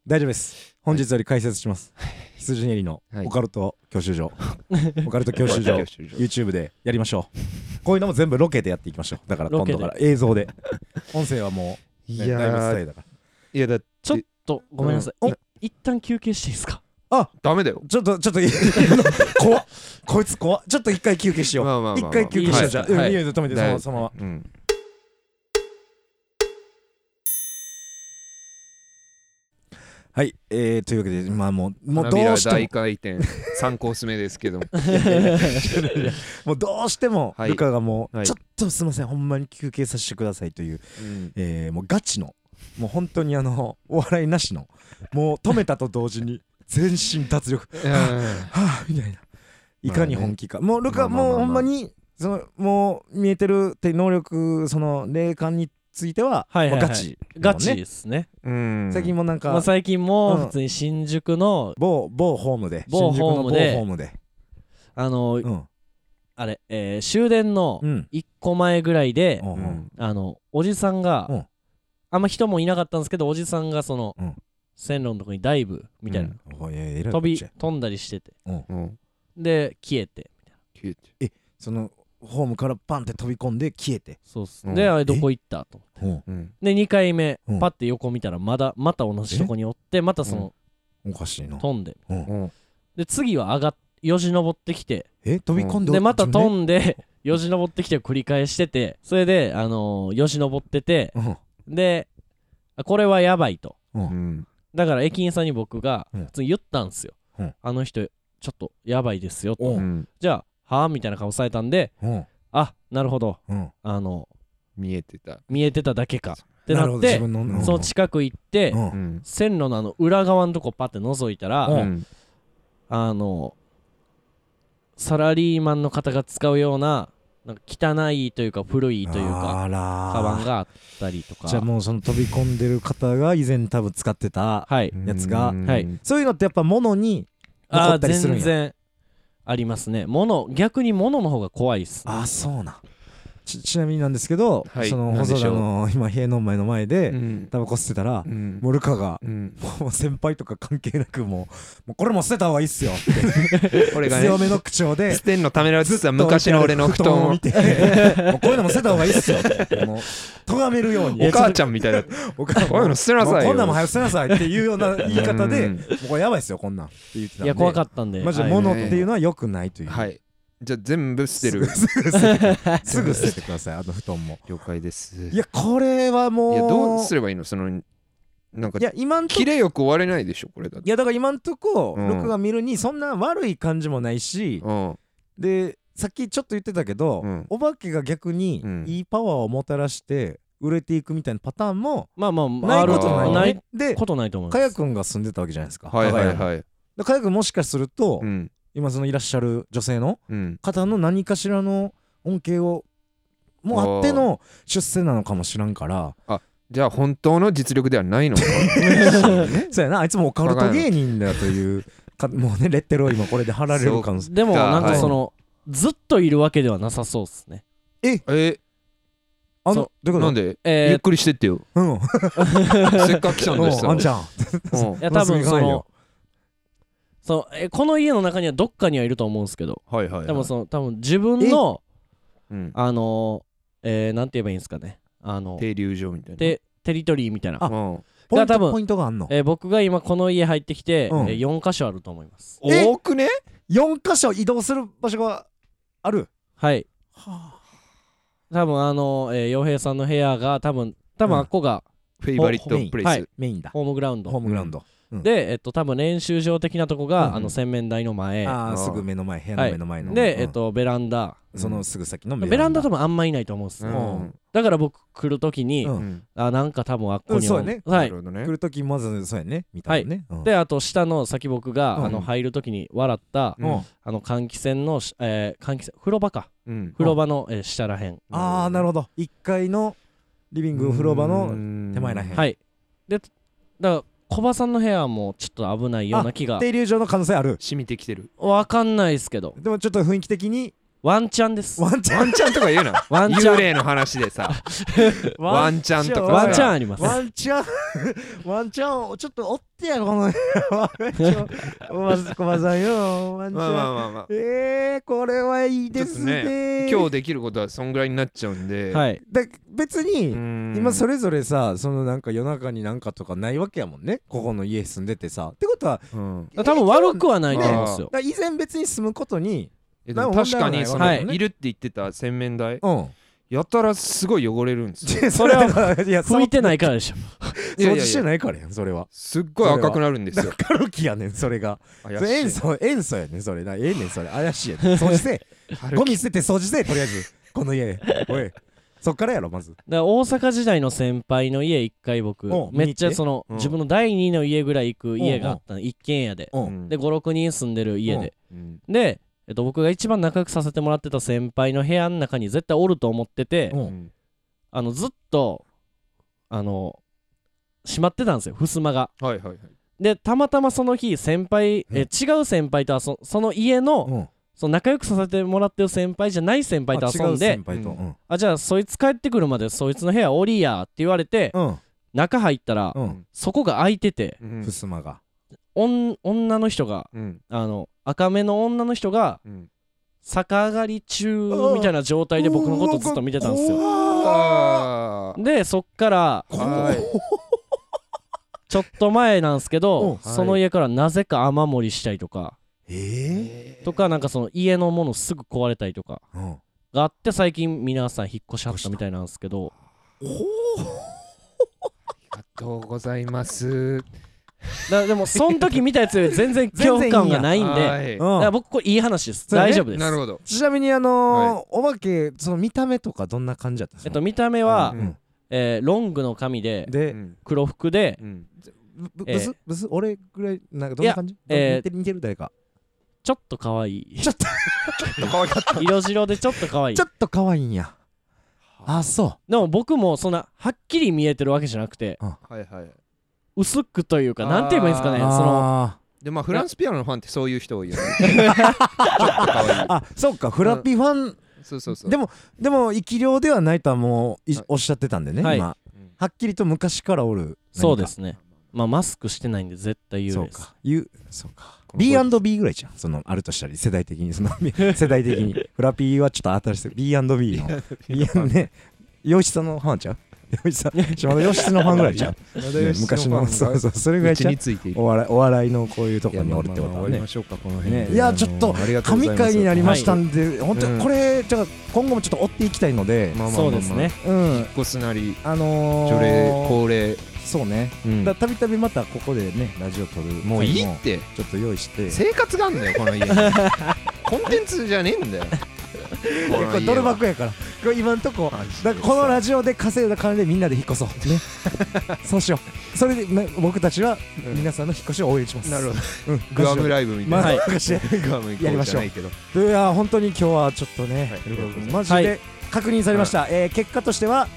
S2: 大丈夫です本日より解説します羊ネリの
S1: はい
S2: オカルト教習所オカルト教習所
S1: 教習所
S2: YouTube でやりましょうこういうのも全部ロケでやっていきましょうだから今
S3: ロケで
S2: 度から映像で音声はも う、
S1: い
S2: ね、
S1: や
S2: だいぶ伝
S1: ー
S2: えだから
S1: いやだって
S3: ちょっとごめんなさい、
S2: うん
S3: い一旦休憩していいですか
S1: ダメだよ。
S2: ちょっと ちょっとい怖っこいつ怖っちょっと一回休憩しよう
S1: まあまあまあまあ
S2: 一回休憩しようじゃあうん
S1: はいい
S2: いよ止めてそ
S1: だ
S2: の
S1: い
S2: そのまま
S1: うん。
S2: はいえーというわけでまあもうもうど
S1: 涙
S2: うして
S1: 大
S2: も
S1: 回転3コース目ですけども
S2: もうどうしても
S1: はい
S2: ルカがも
S1: は
S2: う
S1: い
S2: ちょっとすいませんほんまに休憩させてくださいという
S1: うん
S2: えーもうガチのもう本当にあのお笑いなしのもう止めたと同時に全身脱力はあみたいないかに本気か、もうルカ、
S1: まあまあまあ
S2: もう
S1: ま
S2: ほ
S1: あ
S2: んまにそのもう見えてるって能力その霊感については,、
S3: はいはいはい
S2: もうガチ、
S3: ガチですね、
S1: うん
S2: 最近もなんか、
S3: まあ、最近
S2: うん
S3: も普通に新宿の、
S2: 某某ホームで
S3: 某
S2: 新宿の
S3: ホームで
S2: 某ホームで
S3: あの
S2: うん
S3: あれ、えー終電の
S2: うん
S3: 1個前ぐらいで、
S2: うんうん
S3: あのおじさんが、
S2: うん
S3: あんま人もいなかったんですけどおじさんがその、
S2: うん
S3: 線路のとこにダイブみたいな、
S2: うんおいえらい
S3: 飛び
S2: こっちゃ
S3: 飛んだりしてて
S1: うん
S3: で消えて
S1: 消えて
S2: そのホームからパンって飛び込んで消えて
S3: そうっす、
S1: うん
S3: であ
S2: え
S3: れどこ行ったと思って
S2: うん
S1: うん
S3: で2回目、
S2: うん
S3: パッて横見たらまだまた同じとこにおってまたその、
S2: おかしいな
S3: 飛んで
S1: うん
S3: で次は上がっよじ登ってきて
S2: え飛び込んで
S3: でまた飛
S2: ん
S3: んで よじ登ってきてを繰り返しててそれであのーよじ登ってて
S2: うん
S3: であこれはやばいと
S1: うん
S3: だから駅員さんに僕が
S2: うん
S3: 普通に言ったんですよ、
S2: うん
S3: あの人ちょっとやばいですよと、
S2: う
S1: うん
S3: じゃあはあみたいな顔されたんで
S2: うん
S3: あなるほど
S2: うん
S3: あの
S1: 見えてた
S3: 見えてただけかって
S2: な
S3: な
S2: るほ
S3: っ
S2: ど自
S3: て
S2: 分のうん
S3: その近く行って、
S2: うん
S1: うん
S3: 線路のあの裏側のとこパッて覗いたら、
S2: うん
S1: ん
S3: あのサラリーマンの方が使うようななんか汚いというか古いというか
S2: あらー
S3: カバンがあったりとか
S2: じゃあもうその飛び込んでる方が以前多分使ってた
S3: はい
S2: やつが
S1: うん
S3: はい
S2: そういうのってやっぱ物に残
S3: あー
S2: ったりするん
S3: 全
S2: や
S3: 然ありますね物逆に物の方が怖いっす
S2: ああそうなんちちなみになんですけど、
S1: はい
S2: その
S1: なんで
S2: 細
S1: し
S2: 田
S1: ょう
S2: の 今塀の前の前
S1: う
S2: で
S1: ん
S2: タバコ吸ってたら、
S1: うん
S2: モルカが
S1: うん
S2: もう先輩とか関係なくもうもうこれも捨てた方がいいっ すよって
S1: 俺がね
S2: 強めの口 調で
S1: ステンのためらうつつは昔の俺の布団を
S2: 見て もうこういうのも捨てた方がいいっすよってもう咎めるように
S1: お母ちゃんみたいだった
S2: お母さん
S1: こういうの捨てなさいよ
S2: もうこんなんも早く捨てなさいっていうような言い方で
S1: うん
S2: もうこれやばいっすよこんなんって言ってたん
S3: い
S2: で
S3: や怖かったんで
S2: マジで
S3: はい
S2: 物っていうのは良くないという
S1: はいじゃあ全部捨てる
S2: すぐ捨ててすぐ捨ててくださいあの布団も
S1: 了解です
S2: いやこれはも
S1: い
S2: うい
S1: やどうすればいいのそのなんか
S2: いや今んとこ
S1: 綺麗よく終われないでしょこれだっ
S2: い
S1: て
S2: やだから今んとこ
S1: うん
S2: 録画見るにそんな悪い感じもないし
S1: うん
S2: でさっきちょっと言ってたけど
S1: うん
S2: お化けが逆に
S1: うん
S2: いいパワーをもたらして売れていくみたいなパターンも
S3: まあまあ
S2: ないこと
S1: あー
S2: ないよ
S3: な
S2: ね
S3: い
S2: で
S3: ことないと思いま
S2: か
S3: す
S2: やくんが住んでたわけじゃないですか
S1: はいはい
S2: 我が家
S1: はい
S2: でかやくんもしかすると
S1: うん
S2: 今そのいらっしゃる女性の
S1: うん
S2: 方の何かしらの恩恵をもうあっての出世なのかもしらんから
S1: じゃあ本当の実力ではないのか
S2: そうやなあいつもオカルト芸人だというかもうねレッテルを今これで貼られる可能性
S3: でも
S1: か
S3: なんかそのずっといるわけではなさそうっすね
S1: え
S2: あ
S3: そ
S2: の
S3: う
S2: どういうこと
S1: なんでゆ
S3: え
S1: っくりしてって よ
S2: うん
S1: せっかく来たんだし
S2: うん
S1: さ
S2: あんちゃん
S1: うん
S3: ーいや多分
S2: 忘れ
S3: そ
S2: がないよ
S3: のそのえこの家の中にはどっかにはいると思うんですけど
S1: はいはい
S3: で
S1: は
S3: も
S1: い
S3: その多分自分の
S1: うん
S3: あのーえーなんて言えばいいんですかねあの
S1: 停留所みたいな
S3: テテリトリーみたいな
S2: あ
S1: うん
S2: ポイン
S3: 多
S2: ト
S3: 分
S2: ポイントがあんの
S3: えー僕が今この家入ってきて、
S2: うん
S3: えー4箇所あると思います
S2: え
S1: 多くね
S2: 4箇所移動する場所がある
S3: はい
S2: は
S3: 多分あのえー洋平さんの部屋が多分多分
S2: うん
S3: あっこが
S1: フェイバリットプレイス
S3: は
S1: はい
S3: い
S2: メインだ
S3: ホームグラウンド、
S2: ホームグラウンド
S3: で、えっと、多分練習場的なとこが、
S2: うん
S3: あの洗面台の前
S2: あ
S1: あ
S2: あ
S1: ー
S2: すぐ目の前部屋の目の前の
S3: で、
S2: うん
S3: えっと、ベランダ
S2: そのすぐ先の
S3: ベランダ
S2: と
S3: 多分あんまいないと思うんです
S1: う
S3: よ、
S1: ん
S3: だから僕来るときに、
S2: うん
S1: うん
S3: あなんか多分あっこ
S2: うん
S3: に
S2: そう
S3: も、
S2: やね
S3: は
S1: ないるほどね
S2: 来るときまずそうやねみたいなねうん
S3: であと下の先僕が、
S2: うん
S3: あの入るときに笑った、
S1: うん
S3: あの換気扇のし、えー換気扇風呂場か
S1: うん
S3: 風呂場の、えー下らへん
S2: ああなるほど1階のリビング風呂場の手前らへん
S3: はいでだから小葉さんの部屋もちょっと危ないような気が
S2: 停留所の可能性ある
S1: 染みてきてる
S3: わかんないですけど
S2: でもちょっと雰囲気的に
S3: ワンチャンです
S2: ワンチャ ン
S1: ワンチャンとか言うな
S3: ワンチャ
S1: 幽
S3: ン
S1: 霊の話でさワンチャンとか
S3: ワンチャン
S1: ン
S3: あります
S2: ワンチャン、 ワンチャンをちょっとおってや、この ワンチャン。おまず、こまさんよ、ワンチ
S1: まあまあ
S2: ャン。
S1: まあまあ
S2: えー、これはいいです
S1: ちょっと
S2: ね。
S1: 今日できることはそんぐらいになっちゃうんで
S3: はい
S2: だ別に、今
S1: 今
S2: それぞれさ、そのなんか夜中になんかとかないわけやもんね。ここの家住んでてさ。ってことは、
S1: うん
S3: 多分悪くはないと思うんですよ
S2: だ以前別に住むことに、
S1: えでも
S2: なんか
S1: 確かにそ
S2: 問題
S1: の、
S3: ない
S1: い、
S2: わけ
S1: るって言ってた洗面台
S2: うん。
S1: やたらすごい汚れるんですよ
S2: それは、いや、
S3: 拭いてないからでしょ
S1: いや
S2: 掃
S1: いや
S2: 除
S1: い
S2: して
S1: や
S2: ないからやん、それは。
S1: すっごい赤くなるんですよ
S2: カロキやねん、それが。
S1: 怪
S2: それ塩
S1: しい
S2: 素、塩素やねん、それ。なええねん、それ。怪しいやねん。掃除せえ。ゴミ捨てて掃除せえとりあえずこの家おいそっからやろまず
S3: だから大阪時代の先輩の家一回僕
S2: おう
S3: め
S2: 見
S3: っち
S2: に行って
S3: ゃその
S1: うん
S3: 自分の第二の家ぐらい行く家があったの一軒家で
S2: う
S1: うん
S3: で56人住んでる家で
S1: うん
S3: でえっと僕が一番仲良くさせてもらってた先輩の部屋の中に絶対おると思ってて
S2: う
S1: うんん
S3: あのずっとあの閉まってたんですよ襖が
S1: はいはいはい
S3: でたまたまその日先輩え違う先輩とはそその家の
S2: うん
S3: その仲良くさせてもらってる先輩じゃない先輩と遊ん
S2: あ違
S3: で
S2: う先輩と
S1: う
S2: うん
S3: あじゃあそいつ帰ってくるまでそいつの部屋降りやって言われて
S2: うん
S3: 中入ったら
S2: うん
S3: そこが空いてて
S1: うん
S2: ふすまが
S3: おん女の人が
S1: うん
S3: あの赤目の女の人が
S1: うん
S3: 逆上がり中みたいな状態で僕のことずっと見てたんですよ
S2: よ
S1: あー
S3: でそっから
S1: はい
S3: ちょっと前なんですけ
S2: うん
S3: ど
S2: はい
S3: その家からなぜか雨漏りしたりとか
S2: え
S3: とかなんかその家のものすぐ壊れたりとか
S2: えうん
S3: があって最近皆さん引っ越しはったみたいなんですけど
S1: ありがとうございます
S3: だでもその時見たやつより全然恐怖感がないんで
S1: はい
S2: うん
S3: だから僕これいい話です
S2: そうね
S3: 大丈夫です
S1: なるほど
S2: ちなみにあのーお化けその見た目とかどんな感じだったんです
S3: えっ
S2: か
S3: と見た目は
S1: う
S2: うん
S3: えーロングの髪で
S1: う
S2: で
S1: ん
S3: 黒服で
S1: うん
S2: ぶぶ
S3: えー
S2: ブスブス俺ぐらいなんかどんな感じ
S3: いやえー
S2: 似てる似てる誰か
S3: ちょっと可愛い
S1: 可愛かった
S3: 色白でちょっと可愛い
S2: ちょっと可愛いんやあそ
S3: でも僕もそんなはっきり見えてるわけじゃなくて
S1: はいはい
S3: 薄くというかなんて言えばいいんですか
S2: う
S3: ね
S1: え
S3: そ
S2: あ
S3: の
S2: ー
S1: でまあフランスピアノのファンってそういう人多いよねちょっと可愛い
S2: あそうかフラッピーファン
S1: そうそうそう
S2: でもでも生き量ではないとはもうい
S1: はい
S2: おっしゃってたんでね
S3: はい
S2: 今
S1: うん
S2: はっきりと昔からおる
S3: そうですねまあマスクしてないんで絶対言う
S2: そう
S3: です
S2: か言うそうか B&B ぐらいじゃんそのあるとしたら世代的にその世代的にフラピーはちょっと新しい B&B の B ね洋一さんのファンちゃう洋一さん島田洋一のファンぐらいちゃうね昔のそうそうそれぐらいちゃう
S1: ついてい
S2: お笑いお笑いのこういうとこにおるってこと
S1: 終
S2: は
S1: わり
S2: ね
S1: ましょうかこの
S2: ね
S1: 辺
S2: いやちょっと神回になりましたんで本当にこれじゃあ今後もちょっと追っていきたいので
S3: そうですね
S2: うん
S1: こすなり
S2: あの
S1: 除霊
S2: ー
S1: 恒例
S2: そうねだたびたびまたここでねラジオ撮る
S1: もうい
S2: 回
S1: いって
S2: ちょっと用意して
S1: 生活があんだよこの 家にコンテンツじゃねえんだよ
S2: いやこれドル箱やからこれ今んとこだからこのラジオで稼いだ金でみんなで引っ越そうね そうしようそれで、ね、僕たちは皆さんの引っ越しを応援します、
S1: なるほ
S2: ど、うん、
S1: グアム
S2: ラ
S1: ライブみたいな、
S2: まあ、
S3: はい
S2: グ
S1: グアム行こうじゃないけど
S2: いや本当に今日はちょっとね、
S1: はいありがとうございます
S2: マジで確認されました、えー結果としては、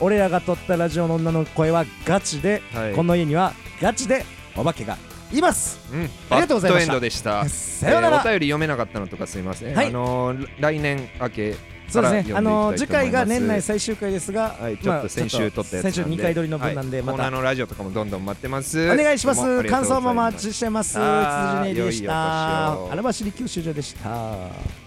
S2: 俺らが撮ったラジオの女の声はガチで、
S1: はい
S2: この家にはガチでお化けがいます
S1: うん
S2: ありがとうございました
S1: バッドエンドでした
S2: さよな
S1: えー
S2: ら、
S1: お便り読めなかったのとかすいません、
S2: はい
S1: あのー来年明け
S2: そうですね、
S1: か
S2: あ
S1: ら読ん
S2: のー
S1: でい
S2: 次
S1: きたい
S2: 回
S1: と思います
S2: が年内最終回ですが、
S1: はい、ち
S2: ま
S1: ょ
S2: あ
S1: っと先週撮ったやつなんで、
S2: 先週2回撮りの分なんで、
S1: はい
S2: ま
S1: コーナー
S2: た
S1: のラジオとかもどんどん待ってます
S2: お願いしま
S1: どうもあ
S2: す
S1: りがとうご
S2: 感
S1: ざ
S2: 想
S1: いま
S2: もお
S1: す
S2: 待ちしてます
S1: あー
S2: 羊ネイリでし
S1: 良いお年
S2: た
S1: を
S2: あらばしり九州所でした